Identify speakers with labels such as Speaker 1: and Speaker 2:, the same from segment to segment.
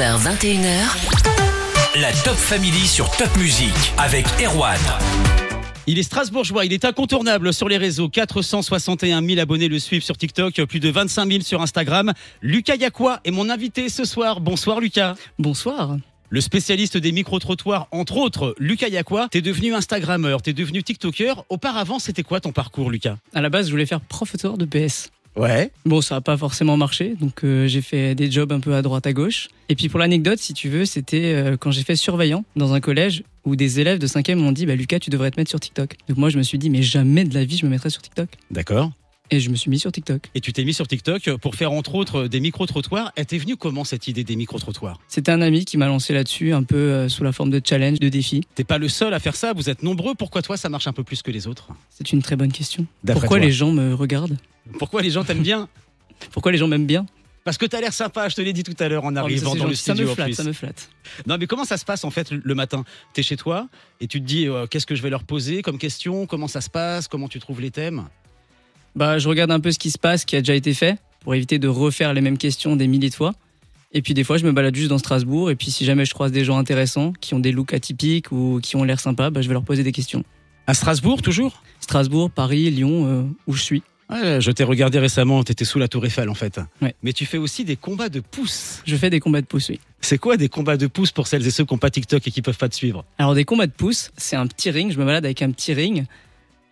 Speaker 1: 19h21h,
Speaker 2: La Top Family sur Top Music avec Erwan.
Speaker 3: Il est strasbourgeois, il est incontournable sur les réseaux. 461 000 abonnés le suivent sur TikTok, plus de 25 000 sur Instagram. Lucas Yacoua est mon invité ce soir. Bonsoir Lucas.
Speaker 4: Bonsoir.
Speaker 3: Le spécialiste des micro-trottoirs, entre autres, Lucas Yacoua. T'es devenu Instagrammeur, t'es devenu TikToker. Auparavant, c'était quoi ton parcours, Lucas
Speaker 4: À la base, je voulais faire professeur de PS.
Speaker 3: Ouais.
Speaker 4: Bon, ça n'a pas forcément marché, donc euh, j'ai fait des jobs un peu à droite à gauche. Et puis pour l'anecdote, si tu veux, c'était euh, quand j'ai fait surveillant dans un collège où des élèves de 5e m'ont dit bah, Lucas, tu devrais te mettre sur TikTok. Donc moi, je me suis dit Mais jamais de la vie, je me mettrai sur TikTok.
Speaker 3: D'accord.
Speaker 4: Et je me suis mis sur TikTok.
Speaker 3: Et tu t'es mis sur TikTok pour faire, entre autres, des micro-trottoirs. Elle t'est venue comment cette idée des micro-trottoirs
Speaker 4: C'était un ami qui m'a lancé là-dessus, un peu euh, sous la forme de challenge, de défi.
Speaker 3: T'es pas le seul à faire ça, vous êtes nombreux. Pourquoi toi, ça marche un peu plus que les autres
Speaker 4: C'est une très bonne question.
Speaker 3: D'après
Speaker 4: Pourquoi
Speaker 3: toi.
Speaker 4: les gens me regardent
Speaker 3: Pourquoi les gens t'aiment bien
Speaker 4: Pourquoi les gens m'aiment bien
Speaker 3: Parce que t'as l'air sympa, je te l'ai dit tout à l'heure en arrivant
Speaker 4: Oh, mais ça, c'est
Speaker 3: dans le studio
Speaker 4: gentil, ça me
Speaker 3: en
Speaker 4: flatte,
Speaker 3: plus.
Speaker 4: ça me flatte.
Speaker 3: Non, mais comment ça se passe en fait le matin T'es chez toi et tu te dis euh, qu'est-ce que je vais leur poser comme question Comment ça se passe Comment tu trouves les thèmes
Speaker 4: Bah, je regarde un peu ce qui se passe, ce qui a déjà été fait, pour éviter de refaire les mêmes questions des milliers de fois. Et puis des fois, je me balade juste dans Strasbourg, et puis si jamais je croise des gens intéressants, qui ont des looks atypiques ou qui ont l'air sympas, bah, je vais leur poser des questions.
Speaker 3: À Strasbourg toujours
Speaker 4: Strasbourg, Paris, Lyon, euh, où je suis.
Speaker 3: ouais, Je t'ai regardé récemment, t'étais sous la tour Eiffel en fait.
Speaker 4: Ouais.
Speaker 3: Mais tu fais aussi des combats de pouces.
Speaker 4: Je fais des combats de pouces, oui.
Speaker 3: C'est quoi des combats de pouces pour celles et ceux qui n'ont pas TikTok et qui peuvent pas te suivre
Speaker 4: Alors des combats de pouces, c'est un petit ring, je me balade avec un petit ring,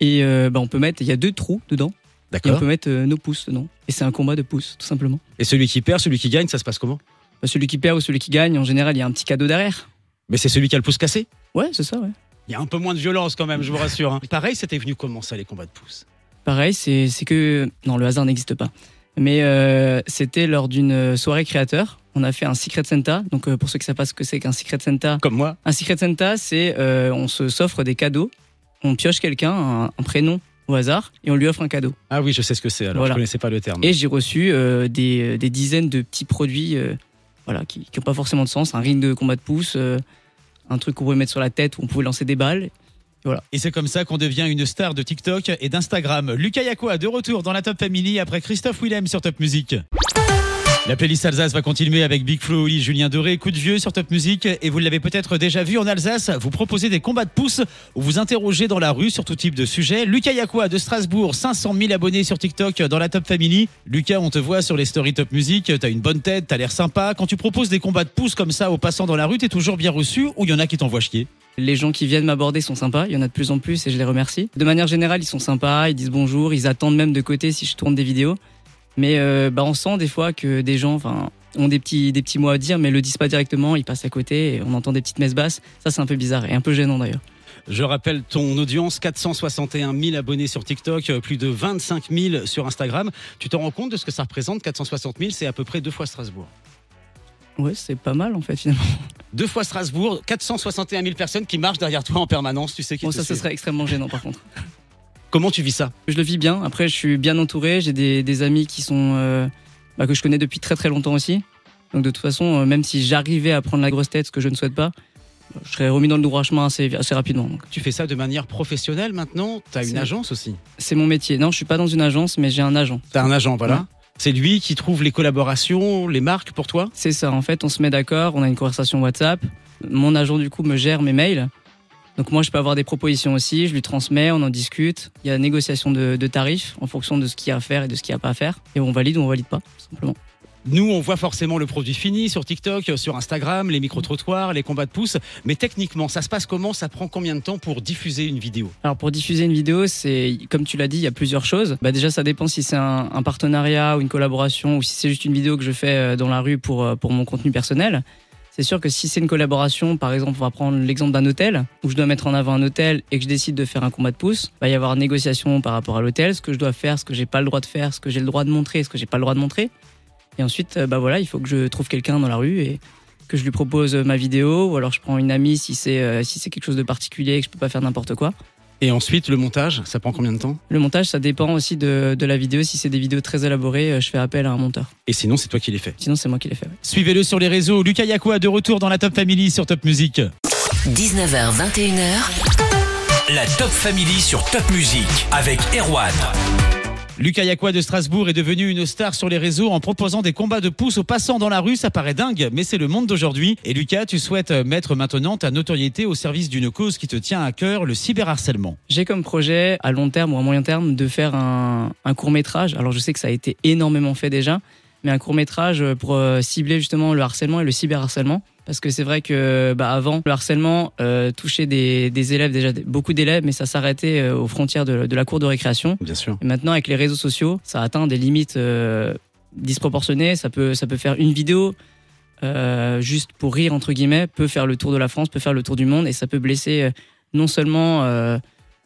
Speaker 4: et euh, bah, on peut mettre, il y a deux trous dedans, et
Speaker 3: Ah.
Speaker 4: on peut mettre euh, nos pouces dedans. Et c'est un combat de pouces, tout simplement.
Speaker 3: Et celui qui perd, celui qui gagne, ça se passe comment
Speaker 4: Bah, celui qui perd ou celui qui gagne, en général, il y a un petit cadeau derrière.
Speaker 3: Mais c'est celui qui a le pouce cassé
Speaker 4: Ouais, c'est ça, ouais.
Speaker 3: Il y a un peu moins de violence quand même, je vous rassure. hein. Pareil, c'était venu comment ça les combats de pouces
Speaker 4: Pareil, c'est c'est que. Non, le hasard n'existe pas. Mais euh, c'était lors d'une soirée créateur. On a fait un Secret Santa. Donc, euh, pour ceux qui ne savent pas ce que c'est qu'un Secret Santa,
Speaker 3: Comme moi
Speaker 4: un Secret Santa, c'est euh, on se s'offre des cadeaux. On pioche quelqu'un, un, un prénom au hasard, et on lui offre un cadeau.
Speaker 3: Ah oui, je sais ce que c'est alors,
Speaker 4: Voilà.
Speaker 3: je connaissais pas le terme.
Speaker 4: Et j'ai reçu euh, des, des dizaines de petits produits euh, voilà, qui n'ont pas forcément de sens. Un ring de combat de pouce, euh, un truc qu'on pouvait mettre sur la tête où on pouvait lancer des balles.
Speaker 5: Et c'est comme ça qu'on devient une star de TikTok et d'Instagram. Lucas Yacoua de retour dans la Top Family après Christophe Willem sur Top Music. La playlist Alsace va continuer avec Big Flo, Oli, Julien Doré, Coup de Vieux sur Top Music. Et vous l'avez peut-être déjà vu en Alsace, vous proposez des combats de pouces ou vous interrogez dans la rue sur tout type de sujet. Lucas Yacoua de Strasbourg, 500 000 abonnés sur TikTok dans la Top Family. Lucas, on te voit sur les stories Top Music, t'as une bonne tête, t'as l'air sympa. Quand tu proposes des combats de pouces comme ça aux passants dans la rue, t'es toujours bien reçu ou il y en a qui t'envoient chier
Speaker 4: Les gens qui viennent m'aborder sont sympas, il y en a de plus en plus et je les remercie. De manière générale, ils sont sympas, ils disent bonjour, ils attendent même de côté si je tourne des vidéos. Mais euh, bah, on sent des fois que des gens enfin, ont des petits, des petits mots à dire, mais le disent pas directement, ils passent à côté et on entend des petites messes basses. Ça, c'est un peu bizarre et un peu gênant d'ailleurs.
Speaker 3: Je rappelle ton audience, 461 000 abonnés sur TikTok, euh, plus de 25 000 sur Instagram. Tu te rends compte de ce que ça représente 460 000, c'est à peu près deux fois Strasbourg.
Speaker 4: Ouais, c'est pas mal en fait finalement.
Speaker 3: Deux fois Strasbourg, 461 000 personnes qui marchent derrière toi en permanence, tu sais qui
Speaker 4: Bon,
Speaker 3: te
Speaker 4: ça, ce
Speaker 3: suivent.
Speaker 4: serait extrêmement gênant par contre.
Speaker 3: Comment tu vis ça
Speaker 4: Je le vis bien. Après, je suis bien entouré. J'ai des, des amis qui sont euh, bah, que je connais depuis très très longtemps aussi. Donc de toute façon, euh, même si j'arrivais à prendre la grosse tête, ce que je ne souhaite pas, je serais remis dans le droit chemin assez, assez rapidement. Donc,
Speaker 3: Tu fais ça de manière professionnelle maintenant Tu as une
Speaker 4: C'est-
Speaker 3: agence aussi
Speaker 4: C'est mon métier. Non, je suis pas dans une agence, mais j'ai un agent.
Speaker 3: Tu as un agent, voilà.
Speaker 4: Ouais.
Speaker 3: C'est lui qui trouve les collaborations, les marques pour toi
Speaker 4: C'est ça. En fait, on se met d'accord, on a une conversation WhatsApp. Mon agent du coup me gère mes mails. Donc moi, je peux avoir des propositions aussi. Je lui transmets, on en discute. Il y a négociation de, de tarifs en fonction de ce qu'il y a à faire et de ce qu'il y a pas à faire. Et on valide ou on valide pas, tout simplement.
Speaker 3: Nous, on voit forcément le produit fini sur TikTok, euh, sur Instagram, les micro-trottoirs, les combats de pouces. Mais techniquement, ça se passe comment Ça prend combien de temps pour diffuser une vidéo
Speaker 4: Alors pour diffuser une vidéo, c'est comme tu l'as dit, il y a plusieurs choses. Bah déjà, ça dépend si c'est un, un partenariat ou une collaboration ou si c'est juste une vidéo que je fais euh, dans la rue pour, euh, pour mon contenu personnel. C'est sûr que si c'est une collaboration, par exemple, on va prendre l'exemple d'un hôtel où je dois mettre en avant un hôtel et que je décide de faire un combat de pouce, va y avoir négociation par rapport à l'hôtel, ce que je dois faire, ce que j'ai pas le droit de faire, ce que j'ai le droit de montrer, ce que j'ai pas le droit de montrer. Et ensuite, euh, bah voilà, il faut que je trouve quelqu'un dans la rue et que je lui propose euh, ma vidéo ou alors je prends une amie si c'est euh, si c'est quelque chose de particulier et que je peux pas faire n'importe quoi.
Speaker 3: Et ensuite, le montage, ça prend combien de temps
Speaker 4: Le montage, ça dépend aussi de, de la vidéo. Si c'est des vidéos très élaborées, euh, je fais appel à un monteur.
Speaker 3: Et sinon, c'est toi qui les fais.
Speaker 4: Sinon, c'est moi qui les fais. ouais.
Speaker 5: Suivez-le sur les réseaux. Lucas Yacoua de retour dans la Top Family sur Top Music.
Speaker 1: 19h21h,
Speaker 2: La Top Family sur Top Music avec Erwan.
Speaker 5: Lucas Yacoua de Strasbourg est devenu une star sur les réseaux en proposant des combats de pouces aux passants dans la rue. Ça paraît dingue, mais c'est le monde d'aujourd'hui. Et Lucas, tu souhaites euh, mettre maintenant ta notoriété au service d'une cause qui te tient à cœur, le cyberharcèlement.
Speaker 4: J'ai comme projet, à long terme ou à moyen terme, de faire un, un court métrage. Alors je sais que ça a été énormément fait déjà, mais un court métrage pour euh, cibler justement le harcèlement et le cyberharcèlement. Parce que c'est vrai que bah, avant, le harcèlement euh, touchait des, des élèves, déjà des- beaucoup d'élèves, mais ça s'arrêtait euh, aux frontières de, de la cour de récréation.
Speaker 5: Bien sûr.
Speaker 4: Et maintenant, avec les réseaux sociaux, ça atteint des limites euh, disproportionnées. Ça peut, ça peut faire une vidéo euh, juste pour rire, entre guillemets, peut faire le tour de la France, peut faire le tour du monde, et ça peut blesser euh, non seulement euh,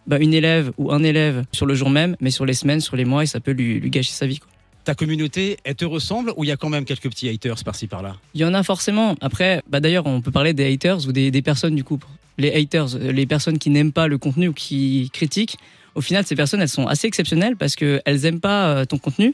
Speaker 4: bah, une élève ou un élève sur le jour même, mais sur les semaines, sur les mois, et ça peut lui, lui gâcher sa vie. quoi.
Speaker 3: Ta communauté, elle te ressemble ou il y a quand même quelques petits haters par-ci par-là
Speaker 4: Il y en a forcément. Après, bah d'ailleurs, on peut parler des haters ou des, des personnes du coup. Les haters, euh, les personnes qui n'aiment pas le contenu ou qui critiquent, au final, ces personnes, elles sont assez exceptionnelles parce qu'elles n'aiment pas euh, ton contenu,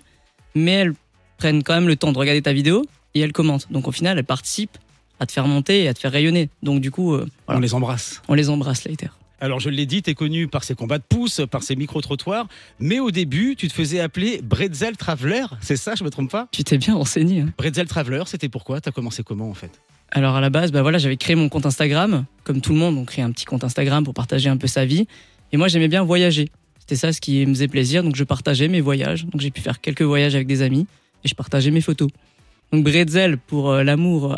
Speaker 4: mais elles prennent quand même le temps de regarder ta vidéo et elles commentent. Donc au final, elles participent à te faire monter et à te faire rayonner. Donc du coup, euh, voilà,
Speaker 3: On les embrasse.
Speaker 4: on les embrasse, les haters.
Speaker 3: Alors je l'ai dit, t'es connu par ses combats de pouces, par ses micro-trottoirs, mais au début, tu te faisais appeler Bretzel Traveler, c'est ça, je me trompe pas
Speaker 4: Tu t'es bien renseigné. hein.
Speaker 3: Bretzel Traveler, c'était pourquoi T'as commencé comment en fait
Speaker 4: Alors à la base, bah voilà, j'avais créé mon compte Instagram. Comme tout le monde, on crée un petit compte Instagram pour partager un peu sa vie. Et moi, j'aimais bien voyager. C'était ça ce qui me faisait plaisir. Donc je partageais mes voyages. Donc j'ai pu faire quelques voyages avec des amis et je partageais mes photos. Donc Bretzel pour euh, l'amour euh,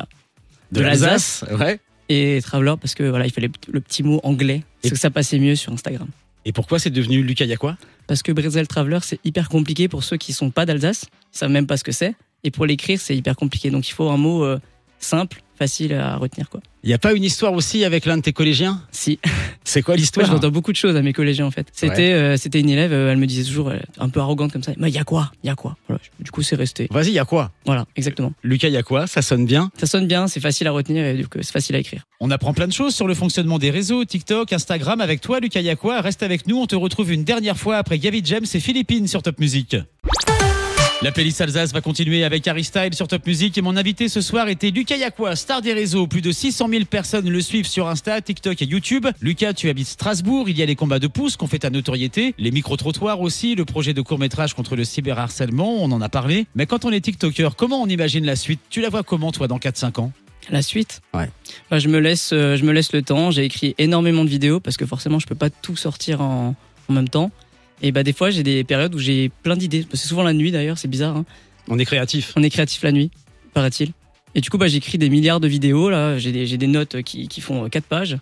Speaker 4: De l'Alsace,
Speaker 3: ouais.
Speaker 4: et Traveler parce que voilà, il fallait le petit mot anglais
Speaker 3: Et-
Speaker 4: parce que ça passait mieux sur Instagram.
Speaker 3: Et pourquoi c'est devenu Lucas Yaqua
Speaker 4: Parce que Bretzel Traveler, c'est hyper compliqué pour ceux qui sont pas d'Alsace, ils savent même pas ce que c'est et pour l'écrire, c'est hyper compliqué. Donc il faut un mot euh, simple, facile à retenir quoi.
Speaker 3: Il n'y a pas une histoire aussi avec l'un de tes collégiens
Speaker 4: Si
Speaker 3: C'est quoi
Speaker 4: Moi,
Speaker 3: l'histoire
Speaker 4: je m'entends beaucoup de choses à mes collégiens en fait. C'était euh, c'était une élève, euh, elle me disait toujours euh, un peu arrogante comme ça. Mais il y a quoi Il y a quoi Voilà. Du coup, c'est resté.
Speaker 3: Vas-y, il y a quoi
Speaker 4: Voilà, exactement.
Speaker 3: Lucas Yaqua, ça sonne bien.
Speaker 4: Ça sonne bien, c'est facile à retenir et du coup, c'est facile à écrire.
Speaker 5: On apprend plein de choses sur le fonctionnement des réseaux, TikTok, Instagram avec toi, Lucas Yacoua. Reste avec nous, on te retrouve une dernière fois après Gavi James et Philippines sur Top Music. La playlist Alsace va continuer avec Harry Style sur Top Music et mon invité ce soir était Lucas Yacoua, star des réseaux. Plus de 600 000 personnes le suivent sur Insta, TikTok et YouTube. Lucas, tu habites Strasbourg, il y a les combats de pouces qu'on fait ta notoriété, les micro-trottoirs aussi, le projet de court-métrage contre le cyberharcèlement, on en a parlé. Mais quand on est TikToker, comment on imagine la suite Tu la vois comment toi dans 4-5 ans
Speaker 4: La suite
Speaker 3: Ouais.
Speaker 4: Bah, je, me laisse, euh, je me laisse le temps. J'ai écrit énormément de vidéos parce que forcément, je peux pas tout sortir en, en même temps. Et bah, des fois, j'ai des périodes où j'ai plein d'idées. Bah, C'est souvent la nuit d'ailleurs, c'est bizarre. hein.
Speaker 3: On est créatif.
Speaker 4: On est créatif la nuit, paraît-il. Et du coup, bah, j'écris des milliards de vidéos. Là, j'ai des, j'ai des notes qui, qui font 4 pages.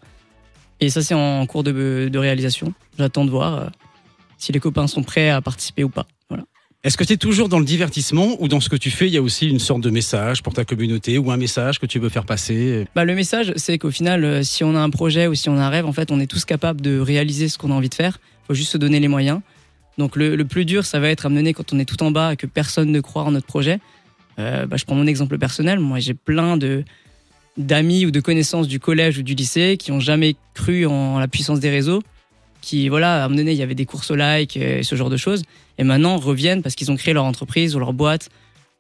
Speaker 4: Et ça, c'est en cours de, de réalisation. J'attends de voir euh, si les copains sont prêts à participer ou pas. Voilà.
Speaker 3: Est-ce que tu es toujours dans le divertissement ou dans ce que tu fais, il y a aussi une sorte de message pour ta communauté ou un message que tu veux faire passer
Speaker 4: Bah, le message, c'est qu'au final, euh, si on a un projet ou si on a un rêve, en fait, on est tous capables de réaliser ce qu'on a envie de faire. faut juste se donner les moyens. Donc, le, le plus dur, ça va être à mener quand on est tout en bas et que personne ne croit en notre projet. Euh, bah, je prends mon exemple personnel. Moi, j'ai plein de d'amis ou de connaissances du collège ou du lycée qui ont jamais cru en la puissance des réseaux, qui, voilà, à un moment donné, il y avait des courses au like et ce genre de choses, et maintenant reviennent parce qu'ils ont créé leur entreprise ou leur boîte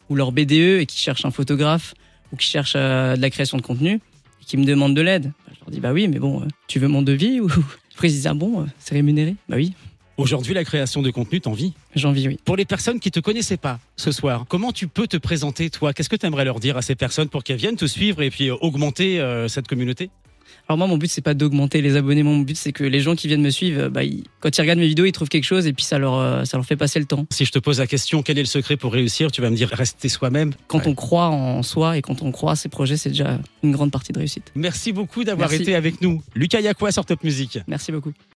Speaker 4: ou leur BDE et qui cherchent un photographe ou qui cherchent euh, de la création de contenu et qui me demandent de l'aide. Bah, je leur dis, bah oui, mais bon, euh, tu veux mon devis ou Après, ils disent, ah bon, euh, c'est rémunéré Bah oui,
Speaker 3: Aujourd'hui, la création de contenu, t'en vis.
Speaker 4: j'en vis, oui.
Speaker 3: Pour les personnes qui te connaissaient pas ce soir, comment tu peux te présenter, toi Qu'est-ce que tu aimerais leur dire à ces personnes pour qu'elles viennent te suivre et puis euh, augmenter euh, cette communauté
Speaker 4: Alors moi, mon but, c'est pas d'augmenter les abonnés. Mon but, c'est que les gens qui viennent me suivre, euh, bah, ils- quand ils regardent mes vidéos, ils trouvent quelque chose et puis ça leur, euh, ça leur fait passer le temps.
Speaker 3: Si je te pose la question, quel est le secret pour réussir Tu vas me dire, rester soi-même.
Speaker 4: Quand
Speaker 3: Ouais.
Speaker 4: on croit en soi et quand on croit à ses projets, c'est déjà une grande partie de réussite.
Speaker 3: Merci beaucoup d'avoir
Speaker 4: Merci.
Speaker 3: été avec nous. Lucas Yacqua sur Top Music.
Speaker 4: Merci beaucoup.